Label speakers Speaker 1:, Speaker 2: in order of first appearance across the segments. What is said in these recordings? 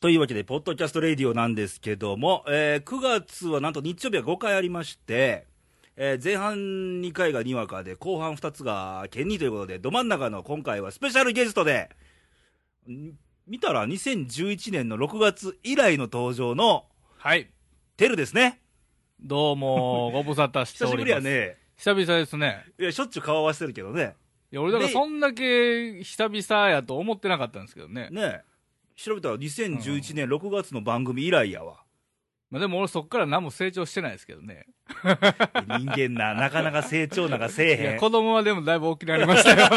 Speaker 1: というわけで、ポッドキャストレディオなんですけども、えー9月はなんと日曜日は5回ありまして、えー前半2回がにわかで、後半2つが県にということで、ど真ん中の今回はスペシャルゲストで、ん見たら2011年の6月以来の登場の
Speaker 2: はい。
Speaker 1: テルですね。
Speaker 2: どうも、ご無沙汰して
Speaker 1: 久
Speaker 2: お
Speaker 1: し
Speaker 2: りま
Speaker 1: ぶ
Speaker 2: す。
Speaker 1: りや。ね。
Speaker 2: 久々ですね。
Speaker 1: いや、しょっちゅう顔合わせてるけどね。
Speaker 2: いや、俺だから
Speaker 1: で
Speaker 2: そんだけ久々やと思ってなかったんですけどね。
Speaker 1: ねえ調べたら2011年6月の番組以来やわ。
Speaker 2: まあでも俺そっから何も成長してないですけどね。
Speaker 1: 人間な、なかなか成長なんかせえ
Speaker 2: い
Speaker 1: へん
Speaker 2: や、。子供はでもだいぶ大きくなりましたよ。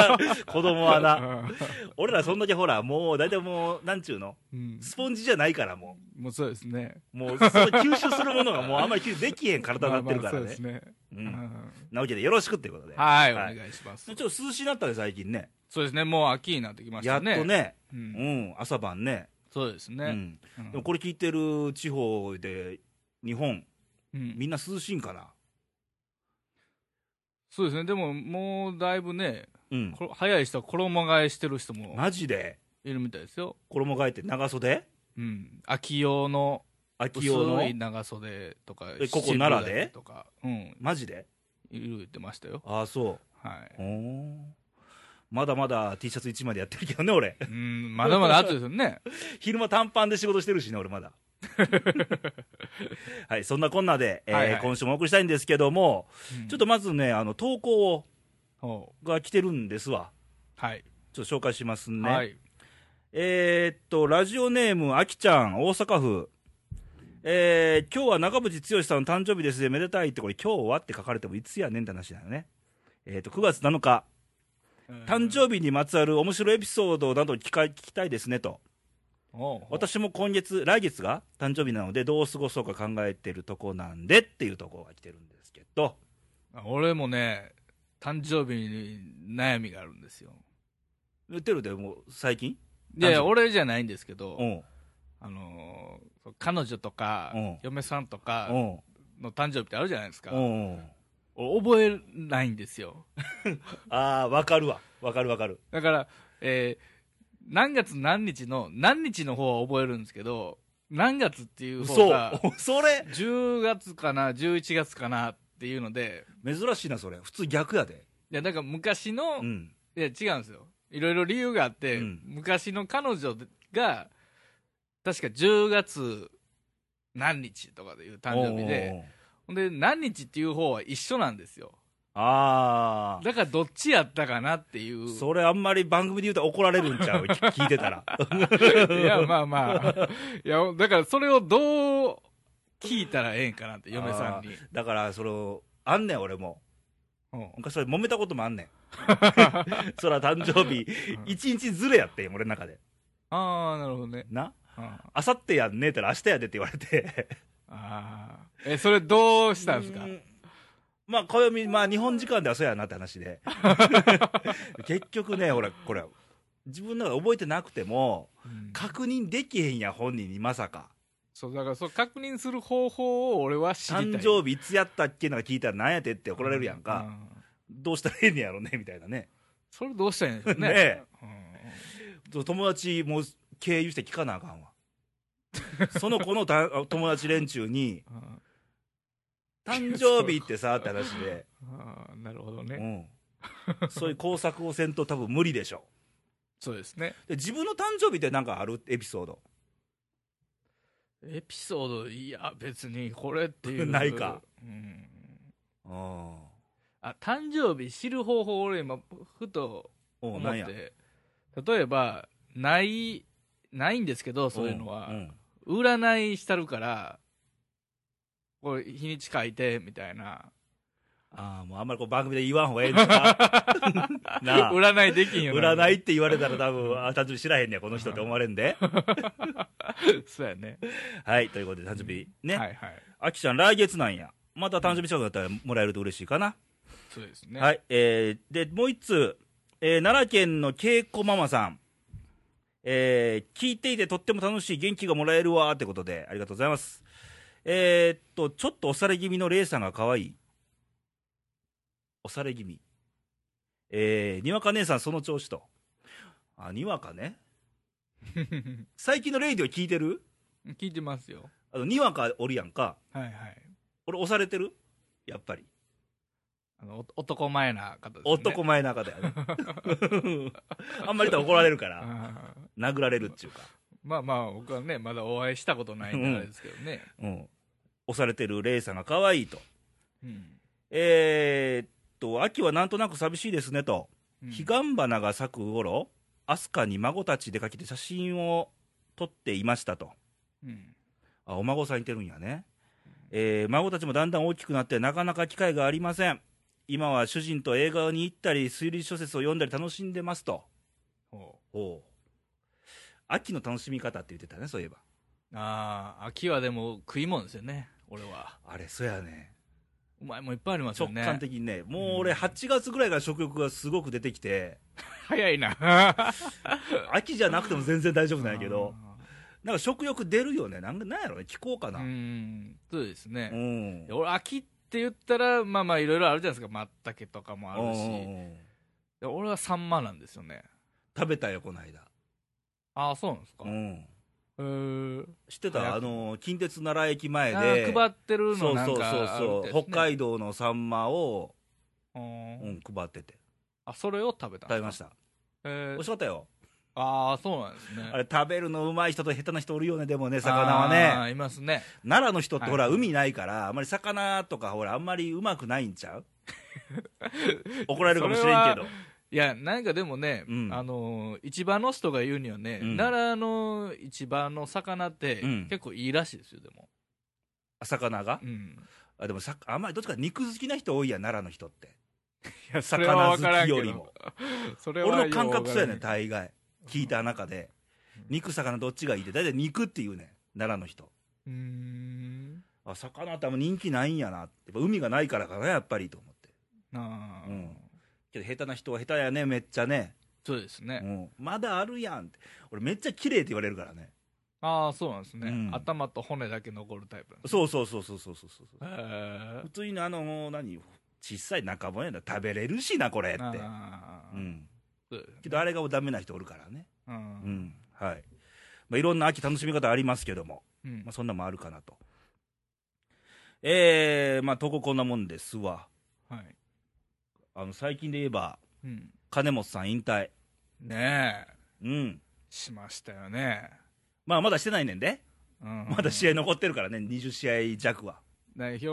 Speaker 1: 子供は
Speaker 2: う
Speaker 1: な、
Speaker 2: ん
Speaker 1: 俺らそんだけほら、もう大体もう、なんちゅうの、
Speaker 2: うん。
Speaker 1: スポンジじゃないからも
Speaker 2: もうそうですね。
Speaker 1: う、もうその吸収するものがもうあんまり吸収できへん体になってるか
Speaker 2: まあまあ
Speaker 1: ら
Speaker 2: そうで
Speaker 1: ね
Speaker 2: す。ね。
Speaker 1: う
Speaker 2: うんん
Speaker 1: なわけでよろしくっていうことで。
Speaker 2: はい、お
Speaker 1: はい
Speaker 2: 願いします
Speaker 1: ちょっ。と涼しいなったね、最近ね。
Speaker 2: そうですね、もう秋になってきまし
Speaker 1: や
Speaker 2: た
Speaker 1: っと
Speaker 2: ね。
Speaker 1: ね、
Speaker 2: う。
Speaker 1: うんん、朝晩ね。
Speaker 2: そうです
Speaker 1: う
Speaker 2: ね。
Speaker 1: ん。
Speaker 2: うん
Speaker 1: でもこれ聞いてる地方で、日本、
Speaker 2: うん
Speaker 1: みんな涼しいんかな。
Speaker 2: そうですね、でももうだいぶね、
Speaker 1: うん。
Speaker 2: こ早い人は衣替えしてる人も
Speaker 1: マジで、
Speaker 2: いるみたいですよ。
Speaker 1: 衣替えて長袖
Speaker 2: うん、秋用の
Speaker 1: 秋
Speaker 2: 薄
Speaker 1: 用の
Speaker 2: い長袖とか
Speaker 1: えここ奈良で
Speaker 2: 七分丈とか、うん、
Speaker 1: マジで
Speaker 2: いろいろ言ってましたよ、
Speaker 1: ああ、そ
Speaker 2: は
Speaker 1: う。おーまだまだ T シャツ1枚でやってるけどね、俺。
Speaker 2: い、うんまだまだ暑いですよね
Speaker 1: 昼間短パンで仕事してるしね、俺 まだ。はい、そんなこんなで、えー
Speaker 2: はいはい
Speaker 1: 今週もお送りしたいんですけども、ちょっとまずね、あの、投稿を
Speaker 2: と、ほ
Speaker 1: が来てるんですわ。
Speaker 2: うはい、
Speaker 1: ちょっと紹介しますね。
Speaker 2: はい
Speaker 1: えーっと、ラジオネーム、あきちゃん、大阪府。えー、今日は中渕剛さんの誕生日ですね、めでたいって、これ、今日はって書かれてもいつやねんって話だよね。えーっと、9月7日、誕生日にまつわる面白いエピソードなど聞か聞きたいですね、と。
Speaker 2: ほうほう
Speaker 1: 私も今月、来月が誕生日なので、どう過ごそうか考えてるとこなんでっていうとこが来てるんですけど、
Speaker 2: 俺もね誕生日に悩みがあるんですよ
Speaker 1: 言ってるで、もう最近
Speaker 2: いやい
Speaker 1: 誕
Speaker 2: や
Speaker 1: 生
Speaker 2: 俺じゃないんですけど、
Speaker 1: うん。
Speaker 2: あのーそう彼女とか、
Speaker 1: うん
Speaker 2: 嫁さんと
Speaker 1: う
Speaker 2: か
Speaker 1: ん。
Speaker 2: の誕生日ってあるじゃないですか、
Speaker 1: うん。
Speaker 2: 俺覚えないんですよ
Speaker 1: ああ、わかるわ。わかるわかる。
Speaker 2: だから、えー何月何日の、何日の方は覚えるんですけど、何月っていう
Speaker 1: そ
Speaker 2: 方
Speaker 1: う
Speaker 2: が、。
Speaker 1: それ、
Speaker 2: 10月かな、11月かなっていうので、
Speaker 1: 珍しいな、それ。普通逆やで。
Speaker 2: いや、なんか昔の、
Speaker 1: うん。
Speaker 2: いや、違うんですよ。いろいろ理由があって、
Speaker 1: うん
Speaker 2: 昔の彼女が、確か10月何日とかでいう誕生日
Speaker 1: おう
Speaker 2: で、
Speaker 1: おうおう。
Speaker 2: ほんで、何日っていう方は一緒なんですよ。
Speaker 1: ああ。
Speaker 2: だからどっちやったかなっていう。
Speaker 1: それあんまり番組で言うと怒られるんちゃ う聞聞いてたら。
Speaker 2: いや、まあまあ。いや、だからそれをどう聞いたらええんかなって、嫁さんに。
Speaker 1: だから、その、あんねん、俺も。
Speaker 2: うん
Speaker 1: 昔それ揉めたこともあん ねん。そら誕生日、一日ずれやってん、俺の中で。
Speaker 2: ああ、なるほどね。
Speaker 1: な
Speaker 2: うん
Speaker 1: あさってやんねえったら明日やでって言われて
Speaker 2: ああ。え、それどうしたんですか
Speaker 1: うんまあ暦まあ日本時間ではそうやなって話 で結局ねほらこれ自分の中で覚えてなくても
Speaker 2: うん
Speaker 1: 確認できへんや本人にまさか
Speaker 2: そう、だからそう確認する方法を俺は知り
Speaker 1: 誕
Speaker 2: たい。
Speaker 1: 生日いつやったっけなんか聞いたら何やてって怒られるやん
Speaker 2: う
Speaker 1: か、
Speaker 2: ん
Speaker 1: どうしたらええねやろねみたいなね
Speaker 2: それどうしたらええんでしょうね。
Speaker 1: ねえ
Speaker 2: うん
Speaker 1: 友達も経由して聞かなあかん わその子のた友達連中に
Speaker 2: うん
Speaker 1: 「誕生日ってさ」って話で
Speaker 2: ああなるほどね。
Speaker 1: うん、そういう工作をせんと多分無理でしょ
Speaker 2: そうですね。
Speaker 1: で自分の誕生日ってなんかあるエピソード
Speaker 2: エピソード、いや、別にこれっていう。
Speaker 1: ないか。
Speaker 2: うん。
Speaker 1: う
Speaker 2: あ、誕生日知る方法、俺今、ふと
Speaker 1: ん
Speaker 2: 思
Speaker 1: な
Speaker 2: っ
Speaker 1: んや
Speaker 2: て例えばないないんですけどそういうの
Speaker 1: ん
Speaker 2: は、
Speaker 1: ん
Speaker 2: 占いしたるからこれ日にち書いてみたいな
Speaker 1: ああもうあんまりこう番組で言わん方がええんちゃ うなあ
Speaker 2: 占いできんよな
Speaker 1: 占いって言われたら多分あ誕生日知らへんねやこの人って思われんで
Speaker 2: そうやね
Speaker 1: はいということで誕生日ね、
Speaker 2: はいはい
Speaker 1: あきちゃん来月なんやまた誕生日近くだったらもらえると嬉しいかな、
Speaker 2: そうですね
Speaker 1: はい、えー、で、もう一通、えー奈良県のけいこママさん。えー聞いていてとっても楽しい元気がもらえるわーってことで、ありがとうございます。えーっと、ちょっと押され気味のレイさんが可愛い。押され気味。えーにわか姉さんその調子と。あ、にわかね。最近のレイディオ聞いてる
Speaker 2: 聞いてますよ。
Speaker 1: あの、にわかおるやんか。
Speaker 2: はいはい。
Speaker 1: 俺押されてるやっぱり。
Speaker 2: あの、お男前な方ですね。
Speaker 1: 男前な方やね。 あんまり言ったら怒られるから、
Speaker 2: あー
Speaker 1: 殴られるっていうか。
Speaker 2: まあまあ、僕はね、まだお会いしたことないんであれですけどね。
Speaker 1: うん。押されてるレイさんが可愛いと。
Speaker 2: うん。
Speaker 1: えー、っと、秋はなんとなく寂しいですねと。
Speaker 2: うん
Speaker 1: 彼岸花が咲く頃飛鳥に孫たち出かけて写真を撮っていましたと
Speaker 2: うん
Speaker 1: あお孫さんいてるんやね、えー孫たちもだんだん大きくなってなかなか機会がありません今は主人と映画に行ったり推理小説を読んだり楽しんでますと
Speaker 2: ほう
Speaker 1: おう秋の楽しみ方って言ってたねそういえば
Speaker 2: ああ、秋はでも食い物ですよね、俺は。
Speaker 1: あれそやね
Speaker 2: うまいもんいっぱいありますよ
Speaker 1: 直
Speaker 2: ね。
Speaker 1: 感的にねもう俺
Speaker 2: うん
Speaker 1: 8月ぐらいから食欲がすごく出てきて
Speaker 2: 早 いな。
Speaker 1: 秋じゃなくても全然大丈夫なんやけど
Speaker 2: あ
Speaker 1: なんか食欲出るよねなんかなんやろね聞こうか
Speaker 2: ー。
Speaker 1: な、
Speaker 2: うん、そうですね。
Speaker 1: うん
Speaker 2: いや俺秋って言ったらまあまあいろいろあるじゃないですかまったけとかもあるし
Speaker 1: うんうん
Speaker 2: い
Speaker 1: うん
Speaker 2: や俺はサンマなんですよね
Speaker 1: 食べたよこの間、
Speaker 2: ああそうなんですか
Speaker 1: う
Speaker 2: へ
Speaker 1: ん、
Speaker 2: え
Speaker 1: 知ってた
Speaker 2: 早く
Speaker 1: あの近鉄奈良駅前
Speaker 2: あ
Speaker 1: で
Speaker 2: ー配ってる
Speaker 1: そ
Speaker 2: の
Speaker 1: う
Speaker 2: なん
Speaker 1: そう
Speaker 2: か
Speaker 1: そうそう、北
Speaker 2: 道
Speaker 1: 海道のサンマを、う
Speaker 2: あ
Speaker 1: ん、配ってて
Speaker 2: それを食べたん
Speaker 1: 食べ
Speaker 2: ですか
Speaker 1: ました
Speaker 2: へ
Speaker 1: 美
Speaker 2: ー
Speaker 1: 味しかったよ
Speaker 2: ああそうなんですね
Speaker 1: あれ食べるのうまい人と下手な人おるよねでもね魚はね
Speaker 2: あーいますね
Speaker 1: 奈良の人ってほら、
Speaker 2: はい
Speaker 1: 海ないからあんまり魚とかほらあんまりうまくないんち ゃう怒られるかもしれんけど
Speaker 2: いやなんかでもね、
Speaker 1: うん
Speaker 2: あのー市場の人が言うにはね、
Speaker 1: うん
Speaker 2: 奈良の市場の魚って
Speaker 1: うん
Speaker 2: 結構いいらしいですよでも、
Speaker 1: 魚が
Speaker 2: うん、
Speaker 1: あでもさあんまりどっちか肉好きな人多いやん奈良の人って
Speaker 2: いやそれは
Speaker 1: 魚好
Speaker 2: 分から
Speaker 1: き
Speaker 2: んけど
Speaker 1: よりも
Speaker 2: それは
Speaker 1: 俺の感覚そうやねん
Speaker 2: ようわか
Speaker 1: 大概聞いた中で
Speaker 2: うん
Speaker 1: 肉魚どっちがいいって大体肉っていうねん奈良の人
Speaker 2: らんうーん
Speaker 1: あ魚ってあんま人気ないんやなやっぱ海がないからかなやっぱりと思って
Speaker 2: あー
Speaker 1: うんけど下手な人は下手やねめっちゃね、
Speaker 2: そうですね、
Speaker 1: うん、まだあるやんって俺めっちゃ綺麗って言われるからね
Speaker 2: ああそうなんですね、
Speaker 1: うん
Speaker 2: 頭と骨だけ残るタイプなんです
Speaker 1: そうそうそうそうそうそうそう
Speaker 2: へー
Speaker 1: 普通にあのもう何小さい中骨やな食べれるしなこれって
Speaker 2: あー
Speaker 1: うん
Speaker 2: そうですね
Speaker 1: けどあれがダメな人おるからね
Speaker 2: う
Speaker 1: うんんはい、まあ、いろんな秋楽しみ方ありますけども
Speaker 2: うん
Speaker 1: まあ、そんなんもあるかなと。えー、まあ、投稿こんなもんですわ。
Speaker 2: はい
Speaker 1: あの、最近で言えば、
Speaker 2: うん
Speaker 1: 金本さん引退。
Speaker 2: ねえ
Speaker 1: うん。
Speaker 2: しましたよね、
Speaker 1: まあ、まだしてないねんで。
Speaker 2: うん
Speaker 1: まだ試合残ってるからね、20試合弱は。
Speaker 2: ね表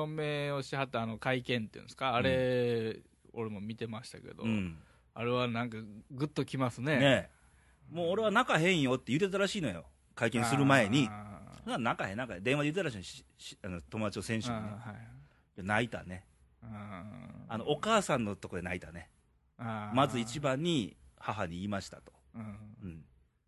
Speaker 2: 明をしはったあの会見っていうんですかあれ、俺も見てましたけど、
Speaker 1: うん。
Speaker 2: あれはなんかグッときますね
Speaker 1: ねえもう俺は仲へんよって言ってたらしいのよ。会見する前に。
Speaker 2: あー
Speaker 1: な仲へん、仲へん。電話で言ってたらしいのししあの友達の選手にね、
Speaker 2: あーはい
Speaker 1: 泣いたね。
Speaker 2: あー
Speaker 1: あの、お母さんのとこで泣いたね。
Speaker 2: あー
Speaker 1: まず一番に母に言いましたと。
Speaker 2: うん
Speaker 1: うん。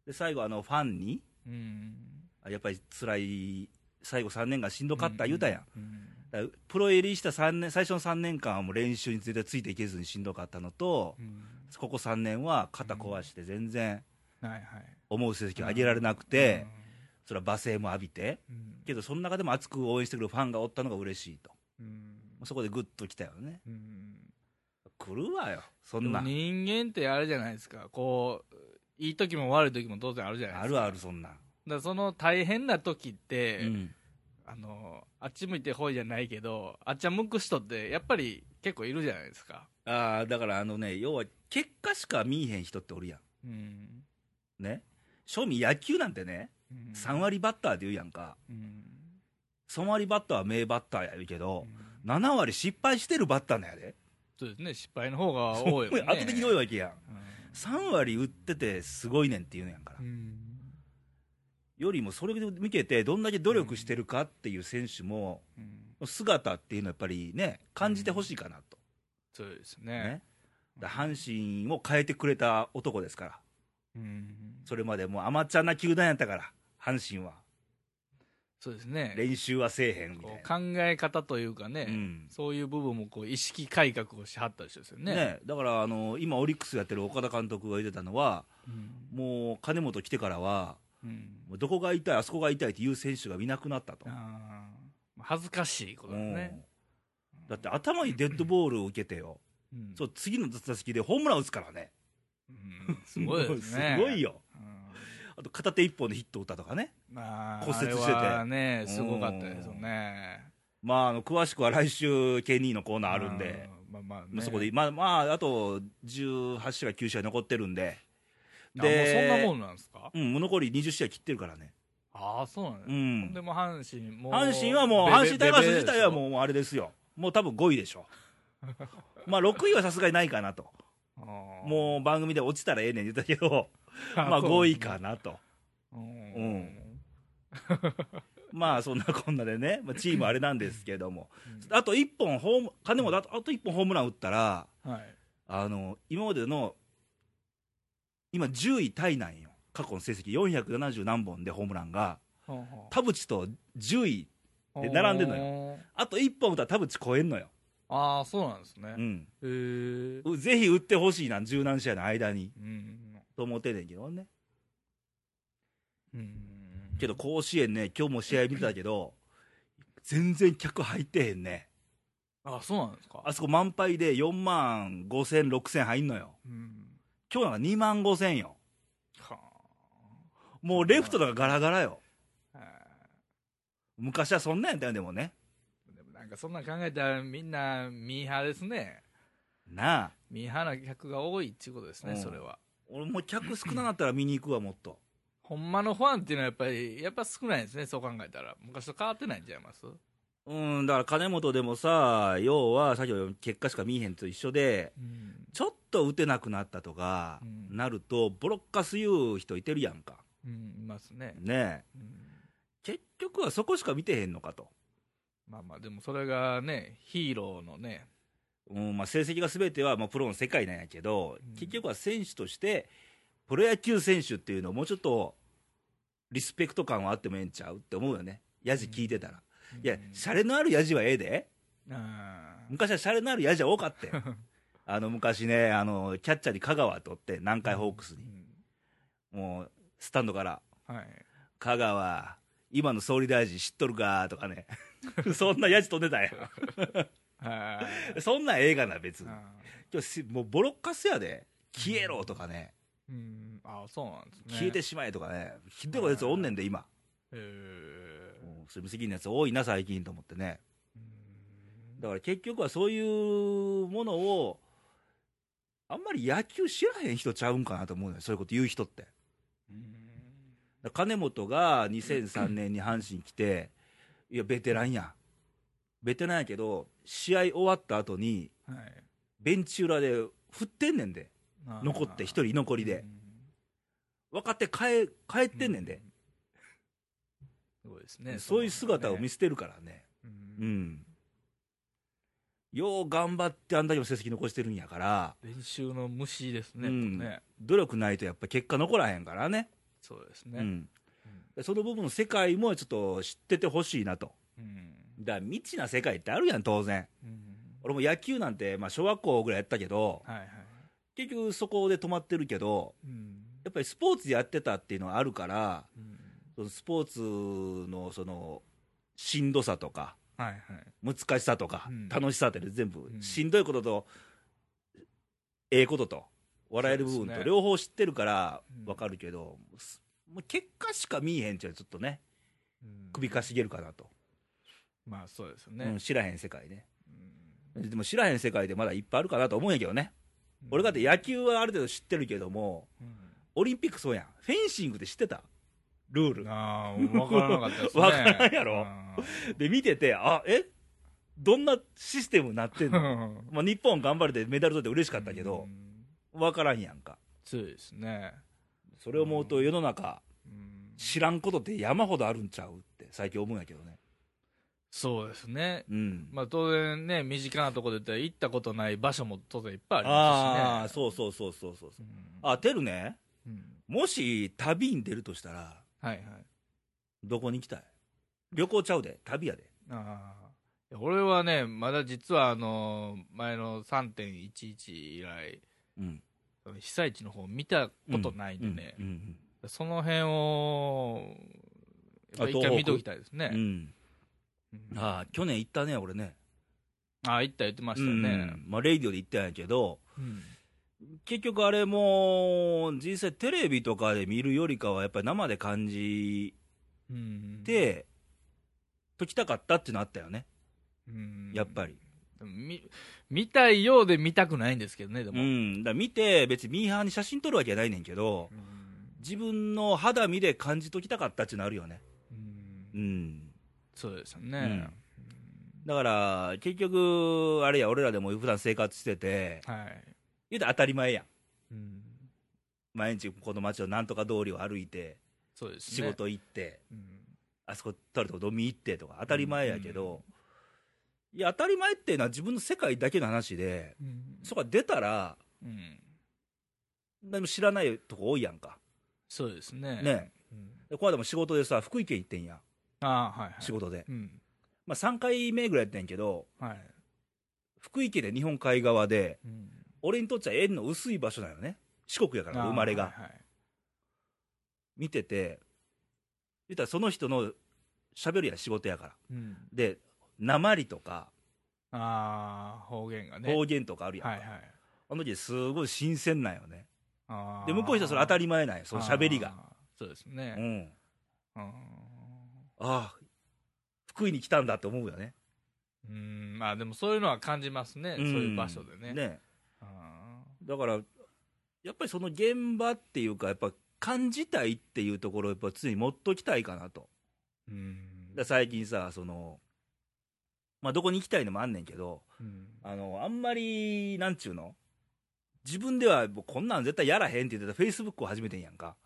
Speaker 1: で、最後、あの、ファンに、
Speaker 2: うん
Speaker 1: あやっぱり辛い、最後3年間しんどかった言うたやん。
Speaker 2: うん
Speaker 1: だからプロ入りした3年、最初の3年間はもう練習についてついていけずにしんどかったのと、
Speaker 2: うん
Speaker 1: ここ3年は肩壊して全然
Speaker 2: はいはい
Speaker 1: 思う成績を上げられなくて、それは罵声も浴びて、
Speaker 2: うん
Speaker 1: けどその中でも熱く応援してくるファンがおったのが嬉しいと。
Speaker 2: うん
Speaker 1: そこでグッときたよね。
Speaker 2: うん
Speaker 1: 来るわよ、そ
Speaker 2: で
Speaker 1: ん
Speaker 2: も
Speaker 1: な。
Speaker 2: 人間ってあれじゃないですかこういい時も悪い時も当然あるじゃない
Speaker 1: あ
Speaker 2: です
Speaker 1: る
Speaker 2: か
Speaker 1: ある、そんな。
Speaker 2: だからその大変な時って、
Speaker 1: うん。
Speaker 2: あのあっち向いてほいじゃないけどあっちは向く人ってやっぱり結構いるじゃないですか
Speaker 1: ああ、だからあのね、要は結果しか見えへん人っておるや
Speaker 2: うん、
Speaker 1: ん。ね。正味野球なんてね、
Speaker 2: うん
Speaker 1: 3割バッターで言うやんか。
Speaker 2: うん
Speaker 1: 3割バッターは名バッターや言うけ
Speaker 2: う
Speaker 1: ど、
Speaker 2: ん
Speaker 1: 7割失敗してるバッターなんやで、
Speaker 2: そうですね失敗の方が 多いよ、ね、
Speaker 1: 圧倒的に多いわけやん、
Speaker 2: うん
Speaker 1: 3割打っててすごいねんっていうのやんから、
Speaker 2: うん
Speaker 1: よりもそれを見てて、どんだけ努力してるかっていう選手も、
Speaker 2: うん
Speaker 1: 姿っていうのはやっぱりね、感じてほしいかなと、
Speaker 2: そうです
Speaker 1: ね
Speaker 2: ね、
Speaker 1: だから阪神を変えてくれた男ですから、
Speaker 2: うん
Speaker 1: それまでもうアマチュアな球団やったから、阪神は、
Speaker 2: そうですね
Speaker 1: 練習はせえへんみた
Speaker 2: こ
Speaker 1: いうな。
Speaker 2: 考え方というかね、
Speaker 1: うん
Speaker 2: そういう部分もこう意識改革をしはった人ですよね。
Speaker 1: ねだから、あの今、オリックスやってる岡田監督が言ってたのは、
Speaker 2: うん
Speaker 1: もう金本来てからは、
Speaker 2: うん
Speaker 1: もうどこが痛い、あそこが痛いっていう選手がいなくなったと、
Speaker 2: あー恥ずかしいことですね。
Speaker 1: うんだって頭にデッドボールを受けてよ、
Speaker 2: うん
Speaker 1: そう次の打席でホームラン打つからね、
Speaker 2: うんすごいですね
Speaker 1: 。すごいよ、
Speaker 2: うん。
Speaker 1: あと片手一本でヒット打ったとかね。
Speaker 2: まあ、
Speaker 1: 骨折してて
Speaker 2: あれはね、すごかったですよね。
Speaker 1: まあ、あの、詳しくは来週、ケニーのコーナーあるんで、
Speaker 2: うん。まあまあね、
Speaker 1: まあそこで、まあ、まあ、あと18試合、9試合残ってるんで、
Speaker 2: あもうそんなも
Speaker 1: ん
Speaker 2: んなんですか
Speaker 1: うん、もう残り20試合切ってるからね。
Speaker 2: ああ、そうなん
Speaker 1: う
Speaker 2: ねほん
Speaker 1: ん
Speaker 2: で。もう阪神も。
Speaker 1: 阪神はもう、阪神タイガース自体は
Speaker 2: う。
Speaker 1: もうあれですよ。もう多分5位でしょ。まあ、6位はさすがにないかなと。
Speaker 2: も
Speaker 1: もう番組で落ちたらええねん言ったけど、
Speaker 2: う、
Speaker 1: ま あ5位かなと。
Speaker 2: そう。うん
Speaker 1: うまあそんなこんなでね、まあ、チームあれなんですけども、あと1本ホーム、金本あとあと1本ホームラン打ったら、
Speaker 2: はい。
Speaker 1: あの今までの、今、10位タイなんよ、過去の成績、470何本でホームランが、田淵と10位、で並んでんの
Speaker 2: よ。
Speaker 1: あと1本打ったら田淵超えんのよ、
Speaker 2: ああ、そうなんですね。
Speaker 1: うん、
Speaker 2: へえ。
Speaker 1: ぜひ打ってほしいな、十何試合の間に
Speaker 2: うん。
Speaker 1: と思ってんねんけどね、
Speaker 2: うん。
Speaker 1: けど甲子園ね、今日も試合見てたけど、全然客入ってへんね、
Speaker 2: ああ、そうなんですか。
Speaker 1: あそこ満杯で4万5千、6千入んのよ。
Speaker 2: うん。
Speaker 1: 今日なんか2万5千よ。
Speaker 2: は
Speaker 1: もうレフトとかガラガラよ。
Speaker 2: あ。
Speaker 1: 昔はそんなんやったよ、でもね。
Speaker 2: でもなんかそんなん考えたらみんなミーハーですね。
Speaker 1: なあ。
Speaker 2: ミーハーな客が多いっていうことですね、
Speaker 1: うん
Speaker 2: それは。
Speaker 1: 俺もう客少なかったら見に行くわ、もっと。
Speaker 2: ほんまのファンっていうのはやっぱり、やっぱ少ないですね、そう考えたら。昔と変わってないんちゃいます
Speaker 1: うん、だから金本でもさ、要は、さっきの結果しか見えへんと一緒で、
Speaker 2: うん。
Speaker 1: ちょっと打てなくなったとか、
Speaker 2: うん
Speaker 1: なると、ボロッカスいう人いてるやんか。
Speaker 2: うん、いますね。
Speaker 1: ねえ。
Speaker 2: うん
Speaker 1: 結局はそこしか見てへんのかと。
Speaker 2: まあまあ、でもそれがね、ヒーローのね、
Speaker 1: うん、まあ成績が全ては、まあプロの世界なんやけど、
Speaker 2: うん
Speaker 1: 結局は選手として、プロ野球選手っていうのをもうちょっと、リスペクト感はあってもええんちゃうって思うよね。ヤジ聞いてたら。いや、シャレのあるヤジはええで。
Speaker 2: うん、あー
Speaker 1: 昔はシャレのあるヤジは多か ったよあの、昔ね、あの、キャッチャーに香川とって、南海ホークスに。もう、スタンドから、
Speaker 2: うんはい。
Speaker 1: 香川、今の総理大臣知っとるかとかね。 そんなヤジ飛んでたよ。
Speaker 2: あー
Speaker 1: そんなん映画な、別に。
Speaker 2: あ
Speaker 1: 今日しもうボロッカスやで。消えろとかね。
Speaker 2: ー、うん、あーそうなんですね。
Speaker 1: 消えてしまえとかね。ひどいやつおんねんで、今。
Speaker 2: えー
Speaker 1: うんそういう無責任なやつ多いな、最近と思ってね。
Speaker 2: うん
Speaker 1: だから結局はそういうものを、あんまり野球知らへん人ちゃうんかなと思うのよ、そういうこと言う人って。
Speaker 2: うん
Speaker 1: だから金本が2003年に阪神来て、 いや、ベテランやん。ベテランやけど、試合終わった後に、
Speaker 2: はい
Speaker 1: ベンチ裏で振ってんねんで、
Speaker 2: あー
Speaker 1: 残って一人居残りで。若手帰帰ってんねんで、。
Speaker 2: うんすごいですね。
Speaker 1: そういう姿を見
Speaker 2: せ
Speaker 1: 捨てるからね。う
Speaker 2: うん
Speaker 1: ん。よう頑張ってあんだけの成績残してるんやから、
Speaker 2: 練習の虫ですね、
Speaker 1: うん
Speaker 2: これね
Speaker 1: 努力ないとやっぱ結果残らへんからね。
Speaker 2: そうです
Speaker 1: う
Speaker 2: ね。
Speaker 1: ん、その部分の世界もちょっと知っててほしいなと。
Speaker 2: うん
Speaker 1: だから未知な世界ってあるやん、当然。
Speaker 2: うん
Speaker 1: 俺も野球なんて、まあ小学校ぐらいやったけど、
Speaker 2: はいはい。
Speaker 1: 結局そこで止まってるけど、
Speaker 2: うん
Speaker 1: やっぱりスポーツやってたっていうのはあるから、
Speaker 2: うん
Speaker 1: そのスポーツのその、しんどさとか、
Speaker 2: はいはい。
Speaker 1: 難しさとか、
Speaker 2: うん
Speaker 1: 楽しさってね全部
Speaker 2: う、ん
Speaker 1: しんどいことと、ええことと、笑える部
Speaker 2: そう
Speaker 1: 分
Speaker 2: です
Speaker 1: と、
Speaker 2: ね
Speaker 1: 両方知ってるから
Speaker 2: うん
Speaker 1: 分かるけど、すもう結果しか見えへんっちゃうちょっとね、
Speaker 2: うん
Speaker 1: 首かしげるかなと。
Speaker 2: まあそうですよ
Speaker 1: うん
Speaker 2: ね。
Speaker 1: 知らへん世界ね。
Speaker 2: うん
Speaker 1: でも知らへん世界でまだいっぱいあるかなと思うんやけどね。俺だって野球はある程度知ってるけども、
Speaker 2: うん
Speaker 1: オリンピックそうやん。フェンシングって知ってたルール。
Speaker 2: ああ、分からなかったです ね。
Speaker 1: わからんやろ
Speaker 2: う
Speaker 1: で、見てて、あ、えどんなシステムになってん
Speaker 2: ん。
Speaker 1: のまあ日本頑張れてメダル取って嬉しかったけ
Speaker 2: う
Speaker 1: ど、
Speaker 2: ん。
Speaker 1: わからんやんか。
Speaker 2: そうですね。
Speaker 1: それを思うと世の中、
Speaker 2: うん
Speaker 1: 知らんことって山ほどあるんちゃうって最近思うんやけどね。
Speaker 2: そうですね。
Speaker 1: うん。
Speaker 2: まあ当然ね、身近なところで言ったら行ったことない場所も当然いっぱいあり
Speaker 1: ああ
Speaker 2: ま
Speaker 1: ー、
Speaker 2: すしね。
Speaker 1: そうそうそうそうそう。
Speaker 2: うん
Speaker 1: あ、てるね。
Speaker 2: うん
Speaker 1: もし旅に出るとしたら、
Speaker 2: はいはい。
Speaker 1: どこに行きたい旅行ちゃうで。旅やで。
Speaker 2: ああ。俺はね、まだ実はあの、前の3.11以来、
Speaker 1: うん。
Speaker 2: 被災地の方見たことないんでね。
Speaker 1: うんうん
Speaker 2: その辺を、やっぱり一
Speaker 1: あ東北
Speaker 2: 回見ておきたいです
Speaker 1: うんう
Speaker 2: ね。
Speaker 1: ん。
Speaker 2: うん
Speaker 1: ああ、去年行ったね、俺ね。
Speaker 2: あ、行った言ってましたよね。
Speaker 1: うんまあ、レイディオで行ったんやけど、
Speaker 2: うん
Speaker 1: 結局あれも、実際テレビとかで見るよりかは、やっぱり生で感じ
Speaker 2: うん、
Speaker 1: て、解きたかったっていうのあったよね、
Speaker 2: うん、
Speaker 1: やっぱり。
Speaker 2: でも見見たいようで見たくないんですけどねで
Speaker 1: う
Speaker 2: も、
Speaker 1: ん。だから見て、別にミーハーに写真撮るわけじゃないねんけど、
Speaker 2: うん
Speaker 1: 自分の肌身で感じときたかったっていうのあるよね。
Speaker 2: うん
Speaker 1: うん。
Speaker 2: そうですよね、
Speaker 1: だから、結局、あれや、俺らでも普段生活してて、
Speaker 2: はい、
Speaker 1: 言うたら当たり前やん。
Speaker 2: うん、
Speaker 1: 毎日この街をなんとか通りを歩いて、
Speaker 2: そうですね
Speaker 1: 仕、事行って、
Speaker 2: うん
Speaker 1: あそこ撮るとこ飲み行ってとか当たり前やけど、いや、当たり前っていうのは自分の世界だけの話で、
Speaker 2: うん
Speaker 1: そこから出たら、
Speaker 2: うん、
Speaker 1: 何も知らないとこ多いやんか。
Speaker 2: そうですね
Speaker 1: ね
Speaker 2: うん
Speaker 1: でこの間も仕事でさ、福井県行ってんや、
Speaker 2: ああはいはい
Speaker 1: 仕事で。
Speaker 2: うん
Speaker 1: まあ3回目ぐらいやったんやけど、
Speaker 2: はい
Speaker 1: 福井県で日本海側で、
Speaker 2: うん
Speaker 1: 俺にとっちゃ縁の薄い場所なのね。四国やから、生まれ
Speaker 2: あ
Speaker 1: が
Speaker 2: あ。はいはい
Speaker 1: 見てて、言ったらその人の喋るやん仕事やから。
Speaker 2: うん
Speaker 1: で、鉛とか
Speaker 2: ああ方言がね
Speaker 1: 方言とかあるやんか。
Speaker 2: はいはい
Speaker 1: あの時すごい新鮮なんよね。
Speaker 2: ああ
Speaker 1: で向こうの人はそれ当たり前なんよ、その喋りが。
Speaker 2: あーそうです
Speaker 1: う
Speaker 2: ね
Speaker 1: ん、
Speaker 2: うん
Speaker 1: ああ、福井に来たんだって思うよね。
Speaker 2: うんまあでもそういうのは感じますね、
Speaker 1: ん
Speaker 2: そういう場所でね
Speaker 1: ね
Speaker 2: あ
Speaker 1: だから、やっぱりその現場っていうか、やっぱ感じたいっていうところをやっぱ常に持っときたいかなと。
Speaker 2: ーうん
Speaker 1: だから最近さ、その、まあ、どこに行きたいのもあんねんけど、
Speaker 2: うん
Speaker 1: あの、あんまり、なんちゅうの自分ではもうこんなん絶対やらへんって言ってたフェイスブックを始めてんやんか。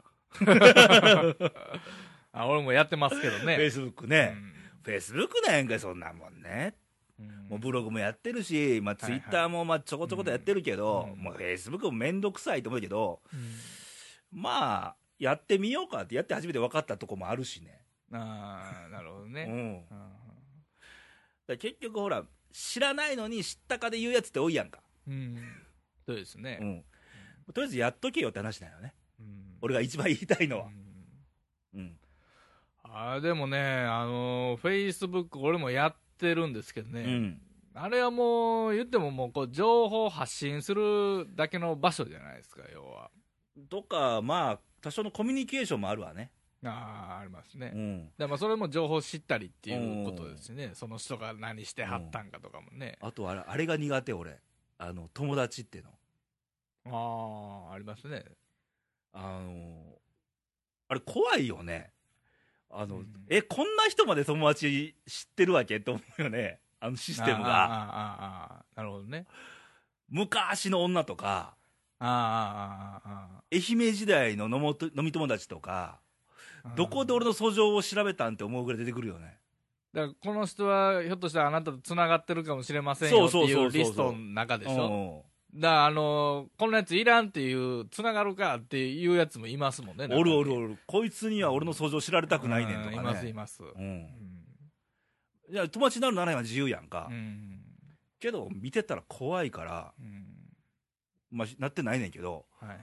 Speaker 2: あ俺もやってますけど
Speaker 1: フェ
Speaker 2: ね
Speaker 1: イスブックね。フェイスブックなんやんかい、そんなもんね。
Speaker 2: うん
Speaker 1: もうブログもやってるし、まあ、ツ
Speaker 2: はい
Speaker 1: イ
Speaker 2: はい
Speaker 1: ッターもまあちょこちょことやってるけど、
Speaker 2: うん
Speaker 1: もうフェイスブックもめんどくさいと思うけど、
Speaker 2: うん
Speaker 1: まあ、やってみようかって、やって初めて分かったとこもあるしね。
Speaker 2: ああなるほど
Speaker 1: う
Speaker 2: ね
Speaker 1: ん。だか
Speaker 2: うん
Speaker 1: ら結局ほら、知らないのに知ったかで言うやつって多いやんか。
Speaker 2: うんそうですね
Speaker 1: うん。とりあえずやっとけよって話だよね。
Speaker 2: うん
Speaker 1: 俺が一番言いたいのは
Speaker 2: う。ん
Speaker 1: うん。
Speaker 2: あーでもね、あのフェイスブック、俺もやってるんですけど
Speaker 1: う
Speaker 2: ね、
Speaker 1: ん。
Speaker 2: あれはもう、言ってももうこう、情報発信するだけの場所じゃないですか、要は。
Speaker 1: とか、まあ、多少のコミュニケーションもあるわね。
Speaker 2: あーありますね。
Speaker 1: うん。
Speaker 2: でまあそれも情報知ったりっていうことですしね、その人が何してはったんかとかもね、
Speaker 1: あとあれ、あれが苦手、俺。あの、友達っていうの。
Speaker 2: ああ、ありますね、
Speaker 1: あの、あれ怖いよね。あの、
Speaker 2: うん
Speaker 1: え、こんな人まで友達知ってるわけと思うよね。あのシステム
Speaker 2: あー
Speaker 1: が。
Speaker 2: あー、あーあーなるほどね、
Speaker 1: 昔の女とか、
Speaker 2: あーあー、あーあ
Speaker 1: 愛媛時代の飲もと飲み友達とか、
Speaker 2: ーあー、
Speaker 1: どこで俺の訴状を調べたんって思うぐらい出てくるよね。
Speaker 2: だからこの人はひょっとしたらあなたとつながってるかもしれませんよって
Speaker 1: そうそう
Speaker 2: い
Speaker 1: そううそう
Speaker 2: リストの中でしょ。
Speaker 1: う
Speaker 2: だからあのーこんなやついらんっていう、つながるかっていうやつもいますもんね。
Speaker 1: んおるおる
Speaker 2: る。
Speaker 1: おる。こいつには俺の訴状知られたくないねんと
Speaker 2: うんい
Speaker 1: か
Speaker 2: ます、い
Speaker 1: ね。
Speaker 2: ます。
Speaker 1: う。
Speaker 2: うんん。
Speaker 1: いや、友達になるなら今自由やんか
Speaker 2: う。ん。
Speaker 1: けど、見てたら怖いから、
Speaker 2: うん
Speaker 1: まあ、なってないねんけど、
Speaker 2: はいはい。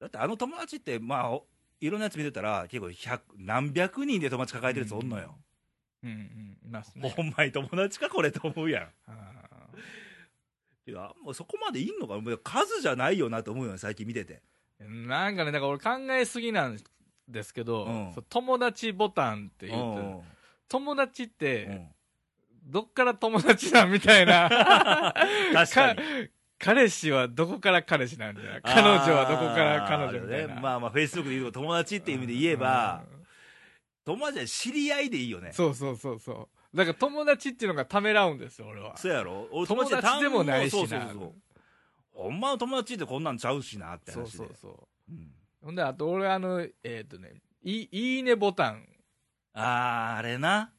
Speaker 1: だってあの友達って、まあ、おいろんなやつ見てたら、結構100、何百人で友達抱えてるやつおんのよ。
Speaker 2: うんうん、います
Speaker 1: もう
Speaker 2: ね
Speaker 1: ほ。んまに友達か、これと思うやん。
Speaker 2: あ
Speaker 1: いや、もうそこまでいんのか、もう数じゃないよなと思うよね、最近見てて。
Speaker 2: ーなんかね、だから俺考えすぎなんですけど、
Speaker 1: うん
Speaker 2: そう友達ボタンって
Speaker 1: う
Speaker 2: 言うと、
Speaker 1: ん
Speaker 2: 友達っ
Speaker 1: う
Speaker 2: て、
Speaker 1: ん
Speaker 2: どっから友達なんみたいな。
Speaker 1: 確かに。
Speaker 2: 彼氏はどこから彼氏なんだよ。彼女はどこから彼女みたい
Speaker 1: あー
Speaker 2: な。
Speaker 1: ね。まあまあ、フェイスブックで言うと友達っていう意味で言えば、
Speaker 2: うん
Speaker 1: 友達は知り合いでいいよね。
Speaker 2: そうそうそうそう。だから友達っていうのがためらうんですよ、俺は。
Speaker 1: そうやろ俺
Speaker 2: 友達
Speaker 1: って単語
Speaker 2: でもないしな
Speaker 1: そうそうそうそう。ほんまの友達ってこんなんちゃうしなって話
Speaker 2: そ
Speaker 1: で。
Speaker 2: うそうそ
Speaker 1: うん
Speaker 2: う。ほんで、あと俺あの、えっ、とね、い、いいねボタン。
Speaker 1: あー、あれな。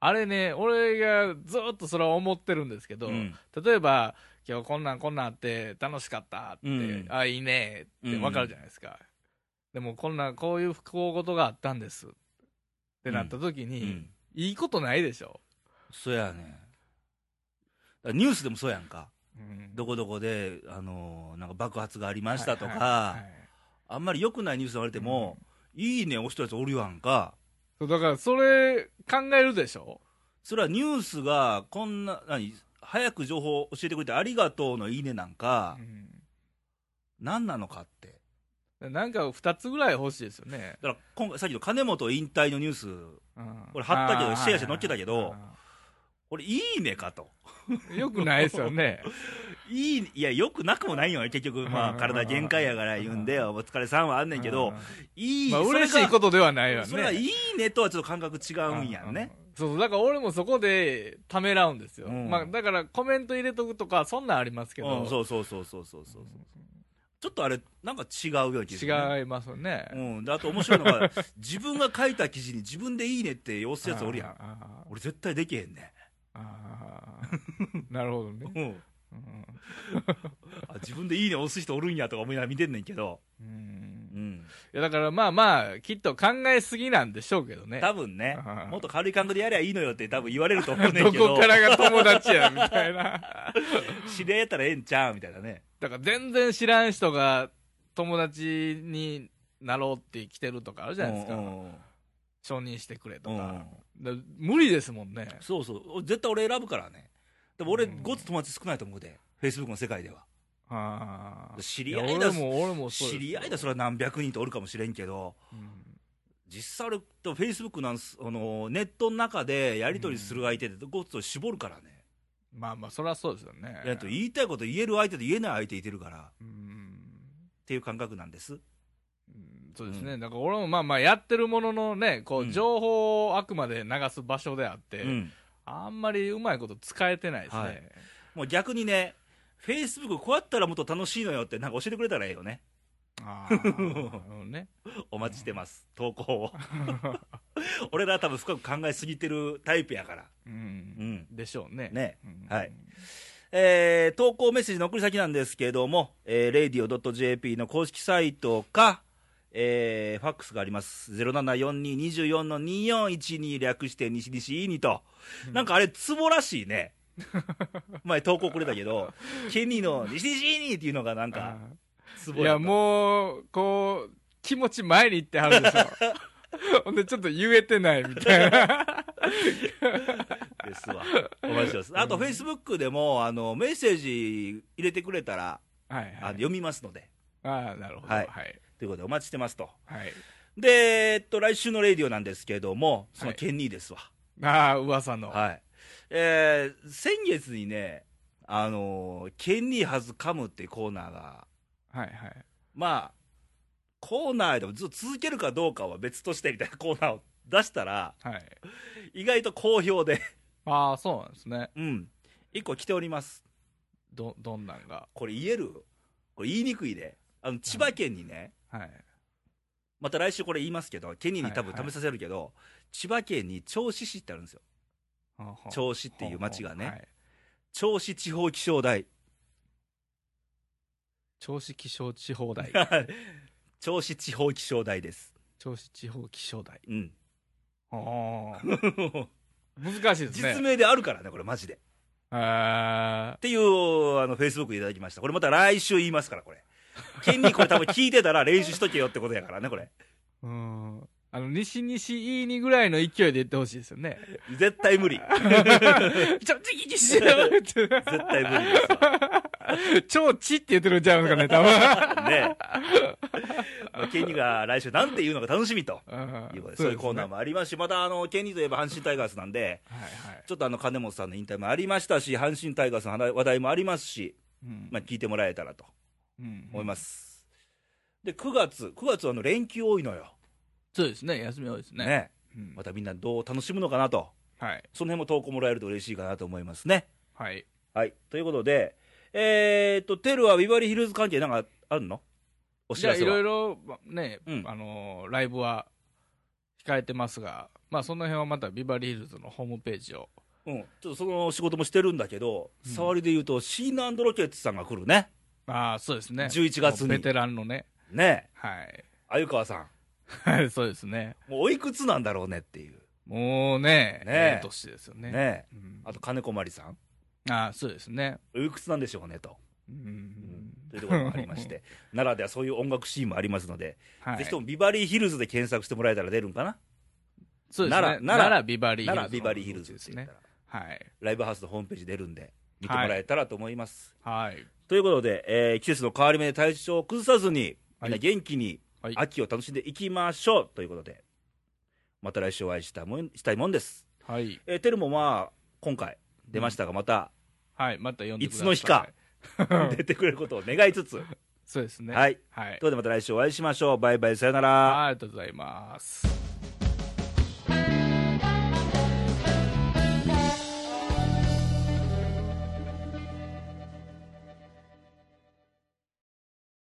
Speaker 2: あれね、俺がずっとそれは思ってるんですけど、
Speaker 1: うん
Speaker 2: 例えば、今日こんなんこんなんあって楽しかったって、
Speaker 1: うん
Speaker 2: あ、いいねってわかるじゃないですか。でもこんなんこういう不幸事があったんですってなった時
Speaker 1: う
Speaker 2: に、
Speaker 1: ん。
Speaker 2: いいことないでしょ。
Speaker 1: そうやね。だからニュースでもそうやんか。
Speaker 2: うん
Speaker 1: どこどこで、あのーなんか爆発がありましたとか、
Speaker 2: はいはいはい
Speaker 1: あんまり良くないニュース言われても、いいね押したやつおるやんか。
Speaker 2: そうだからそれ考えるでしょ
Speaker 1: それはニュースが、こんな、何、早く情報教えてくれてありがとうのいいねなんか、
Speaker 2: うん
Speaker 1: 何なのかって。
Speaker 2: なんか2つぐらい欲しいですよね。
Speaker 1: だから今回、さっきの金本引退のニュース、
Speaker 2: うん
Speaker 1: これ貼ったけど
Speaker 2: あー
Speaker 1: シェアして載っけたけど
Speaker 2: はいはいは
Speaker 1: これ、いいねかと。
Speaker 2: いよくないですよね。
Speaker 1: いい、いや、よくなくもないよね、結局、まあ、体限界やから言うんで、お疲れさんはあ んねんけど、いい、
Speaker 2: まあ、
Speaker 1: それが
Speaker 2: 嬉しいことではないよね。
Speaker 1: それがいいねとはちょっと感覚違うんやんね。
Speaker 2: そうそうだから俺もそこでためらうんですよ、
Speaker 1: うん
Speaker 2: まあ、だからコメント入れとくとかそんなんありますけど、
Speaker 1: うん、そうそうそうそうそうそう。ちょっとあれ、なんか違うような気がするね、
Speaker 2: 違いますよね、
Speaker 1: うん、であと面白いのが、 自分が書いた記事に自分でいいねって押すやつおるやん。
Speaker 2: あー
Speaker 1: 俺絶対できへんね。
Speaker 2: あー なるほどね、
Speaker 1: うん。
Speaker 2: うん
Speaker 1: あ自分でいいね押す人おるんやとか思いながら見てんねんけど。
Speaker 2: う
Speaker 1: うんん。
Speaker 2: いやだからまあまあきっと考えすぎなんでしょうけどね
Speaker 1: 多分ね
Speaker 2: あ、ー
Speaker 1: もっと軽い感覚でやりゃいいのよって多分言われると思うね
Speaker 2: ど
Speaker 1: んけど。
Speaker 2: こからが友達やみた いな
Speaker 1: 知り合いやったらええんちゃうみたいなね。
Speaker 2: だから全然知らん人が友達になろうって来てるとかあるじゃないですか、
Speaker 1: うんうん
Speaker 2: 承認してくれと
Speaker 1: うん
Speaker 2: か,、だ無理ですもんね
Speaker 1: そうそう。絶対俺選ぶからね。でも俺、
Speaker 2: うん
Speaker 1: ごつ友達少ないと思うで。Facebook の世界では。
Speaker 2: あー
Speaker 1: 知り合いだ
Speaker 2: や俺も俺もそうで
Speaker 1: 知
Speaker 2: す
Speaker 1: り合いだ、それは何百人とおるかもしれんけど。
Speaker 2: うん
Speaker 1: 実際俺とフェイスブックなんすあのネットの中でやり取りする相手でごっつを絞るからね、
Speaker 2: まあまあそりゃそうですよね
Speaker 1: えっと言いたいこと言える相手と言えない相手いてるからっ
Speaker 2: うん
Speaker 1: ていう感覚なんです
Speaker 2: うんそうですね、だから俺もまあまあやってるもののねこ
Speaker 1: うん
Speaker 2: う情報をあくまで流す場所であって、
Speaker 1: うん
Speaker 2: あんまりうまいこと使えてないですね、
Speaker 1: はいもう逆にねフェイスブックこうやったらもっと楽しいのよってなんか教えてくれたらええよね
Speaker 2: あ ーなるほどね
Speaker 1: お待ちしてます投稿を 俺らは多分深く考えすぎてるタイプやからう
Speaker 2: う
Speaker 1: んん
Speaker 2: でしょうね
Speaker 1: ね
Speaker 2: うん
Speaker 1: はいえー投稿メッセージの送り先なんですけども、えー、radio.jp の公式サイトか、えーファックスがあります、074224-2412略して西西いにと、なんかあれ、ツボらしい ね、前、投稿くれたけど、ケニーの西西いにっていうのがなんか、
Speaker 2: あ
Speaker 1: ツ
Speaker 2: ーい
Speaker 1: ボ
Speaker 2: や
Speaker 1: やう、
Speaker 2: もうこう気持ち前に行ってはるで しょほんでちょっと言えてないみたいな
Speaker 1: ですわ、お待ちしてます。あと、フェイスブックでもあのメッセージ入れてくれたら、
Speaker 2: はい、
Speaker 1: あの
Speaker 2: はい、
Speaker 1: 読みますので、
Speaker 2: ああなるほど
Speaker 1: は
Speaker 2: はいいはい、
Speaker 1: ということで、お待ちしてますと。で、えっと、来週のレディオなんですけども、そのケニーですわ。
Speaker 2: ああ噂の、
Speaker 1: はい。えー先月にね、あのーケンニーはずかむっていうコーナーが、
Speaker 2: はいはい
Speaker 1: まあ、コーナーでもずっと続けるかどうかは別としてみたいなコーナーを出したら、
Speaker 2: はい
Speaker 1: 意外と好評で、
Speaker 2: ああそうなんですね
Speaker 1: うん。一個来ております。
Speaker 2: どどんなんが
Speaker 1: これ言えるこれ言いにくいで。あの、千葉県にね、
Speaker 2: はい
Speaker 1: また来週これ言いますけど、ケニーに多分
Speaker 2: はいはい
Speaker 1: 試させるけど、千葉県に銚子市ってあるんですよ。
Speaker 2: っ
Speaker 1: 銚子っていう町がね。銚子地方気象台。
Speaker 2: 銚子気象地方台
Speaker 1: 銚子地方気象台です。
Speaker 2: 銚子地方気象台
Speaker 1: うん。
Speaker 2: 難しいですね
Speaker 1: 実名であるからね、これ、マジで。っ
Speaker 2: あ
Speaker 1: ていう、あの、フェイスブックいただきました。これまた来週言いますから、 これ。ケンにこれ多分聞いてたら練習しとけよってことやからね、これ。
Speaker 2: ーうんあの西西いいにぐらいの勢いで言ってほしいですよね
Speaker 1: 絶対無理。
Speaker 2: ちょちょちょちょちょ
Speaker 1: 絶対無理です
Speaker 2: 超ちって言ってるんちゃうんですかね多
Speaker 1: わ。ね え。ケニーが来週なんて言うのか楽しみと。
Speaker 2: 分
Speaker 1: いうことでそういうコーナー
Speaker 2: も
Speaker 1: もありますし、またあの、ケニーといえば阪神タイガースなんで、
Speaker 2: はいはい
Speaker 1: ちょっとあの、金本さんの引退もありましたし、阪神タイガースの話題もありますし、
Speaker 2: うん
Speaker 1: まあ、聞いてもらえたらと
Speaker 2: うん
Speaker 1: 思います。で、9月、9月はあの、連休多いのよ。
Speaker 2: そうですね休み多いですね
Speaker 1: ね
Speaker 2: うん
Speaker 1: またみんなどう楽しむのかなと、
Speaker 2: はい
Speaker 1: その辺も投稿もらえると嬉しいかなと思いますね。
Speaker 2: はい
Speaker 1: はい、ということで、えー、っと、テルはビバリーヒルズ関係なんかあるのお知
Speaker 2: じゃ
Speaker 1: ら
Speaker 2: あ
Speaker 1: せ
Speaker 2: い
Speaker 1: は
Speaker 2: ろいろまね、
Speaker 1: うん
Speaker 2: あのーライブは控えてますが、まあ、その辺はまたビバリーヒルズのホームページを
Speaker 1: うん、ちょっとその仕事もしてるんだけど、触りで言うと、シーナロケッツさんが来るね。
Speaker 2: ああそうですね
Speaker 1: 11月に
Speaker 2: ベテランのね
Speaker 1: ねえ、
Speaker 2: はい
Speaker 1: 鮎川さん、
Speaker 2: はい そうですね
Speaker 1: もうおいくつなんだろうねっていう、
Speaker 2: もうね
Speaker 1: ね
Speaker 2: ええ年ですよね
Speaker 1: ねえ、
Speaker 2: うん
Speaker 1: あと金子まりさん、
Speaker 2: ああそうですね
Speaker 1: おいくつなんでしょうねと、
Speaker 2: う
Speaker 1: うん
Speaker 2: ん、
Speaker 1: というところもありまして、奈良ではそういう音楽シーンもありますので、
Speaker 2: はい、
Speaker 1: ぜひともビバリーヒルズで検索してもらえたら出るんかな、
Speaker 2: そうですね
Speaker 1: 奈良
Speaker 2: 奈良ビバリーヒルズ
Speaker 1: 奈良ビバリーヒルズっ
Speaker 2: で
Speaker 1: て
Speaker 2: す
Speaker 1: 言っ
Speaker 2: ね
Speaker 1: たら。
Speaker 2: はい
Speaker 1: ライブハウスのホームページ出るんで、見てもらえたらと思います。
Speaker 2: はい
Speaker 1: ということで、えー季節の変わり目で体調を崩さずに、みん
Speaker 2: は
Speaker 1: ない元気に
Speaker 2: はい
Speaker 1: 秋を楽しんでいきましょうということで、また来週お会いしたもんしたいもんです。
Speaker 2: はい。
Speaker 1: えー、テルもまあ、今回出ましたが、また
Speaker 2: はい。また読んでください。
Speaker 1: いつの日か。出てくれることを願いつつ、
Speaker 2: そうですね。
Speaker 1: はい。
Speaker 2: はい
Speaker 1: ということでまた来週お会いしましょう。バイバイ、さよなら。
Speaker 2: ありがとうございます。